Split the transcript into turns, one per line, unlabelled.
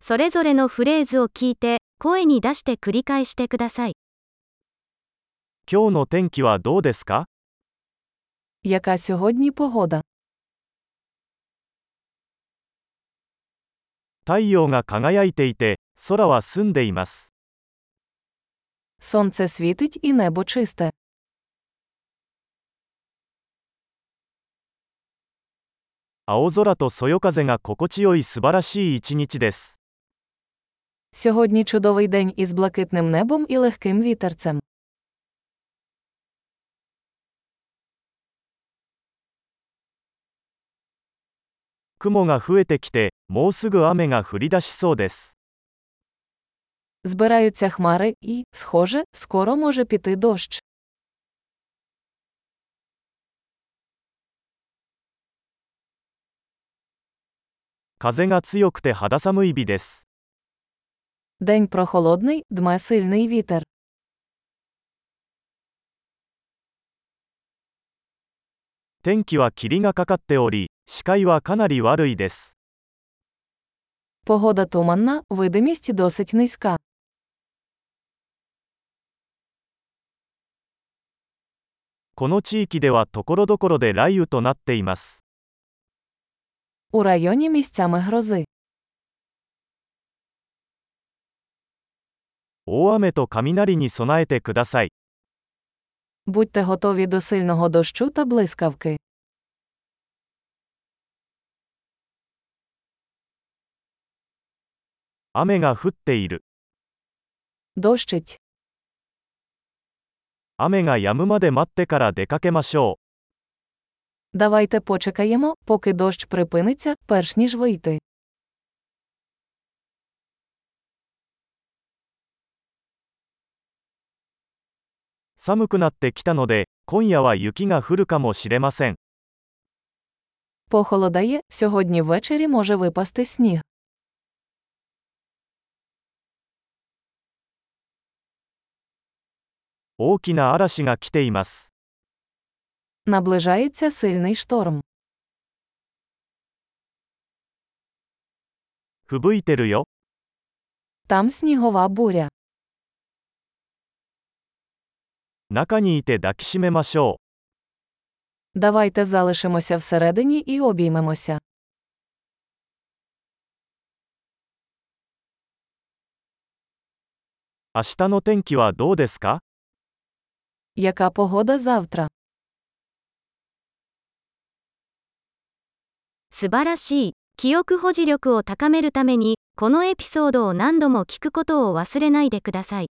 それぞれのフレーズを聞いて、声に出して繰り返してください。
今日の天気はどうですか
Яка сьогодні погода?
太陽が輝いていて、空は澄んでいます。
Сонце світить і небо чисте.
青空とそよ風が心地よい素晴らしい一日です。
Сьогодні чудовий день із блакитним небом і легким вітерцем.
雲が増えてきて、もうすぐ雨が降り出しそうです。
Збираються хмари і, схоже, скоро може піти дощ.
風が強くて肌寒い日です。
День прохолодний, дме сильний вітер.
天気は霧がかかっており、視界はかなり悪いです。
Погода туманна, видимість досить низька.
Ко- この地域ではところどころで雷雨となっています。
У районі місцями грози.
大雨と雷に備えてください。
Будьте готові до сильного дощу та блискавки.
「雨が降っている」
Дощить.
「雨が止むまで待ってから出かけましょう」
Давайте почекаємо, поки дощ припиниться, перш ніж вийти.
「寒くなってきたので今夜は雪が降るかもしれません」
Похолодає, сьогодні ввечері може випасти сніг.
「大きな嵐が来ています」
Наближається сильний шторм.
「吹雪いてるよ」
Там снігова буря.
「中にいて抱きしめましょう」
Давайте залишимося всередині і обіймемося.
「明日の天気はどうですか
Яка погода завтра?
素晴らしい。記憶保持力を高めるために、このエピソードを何度も聞くことを忘れないでください。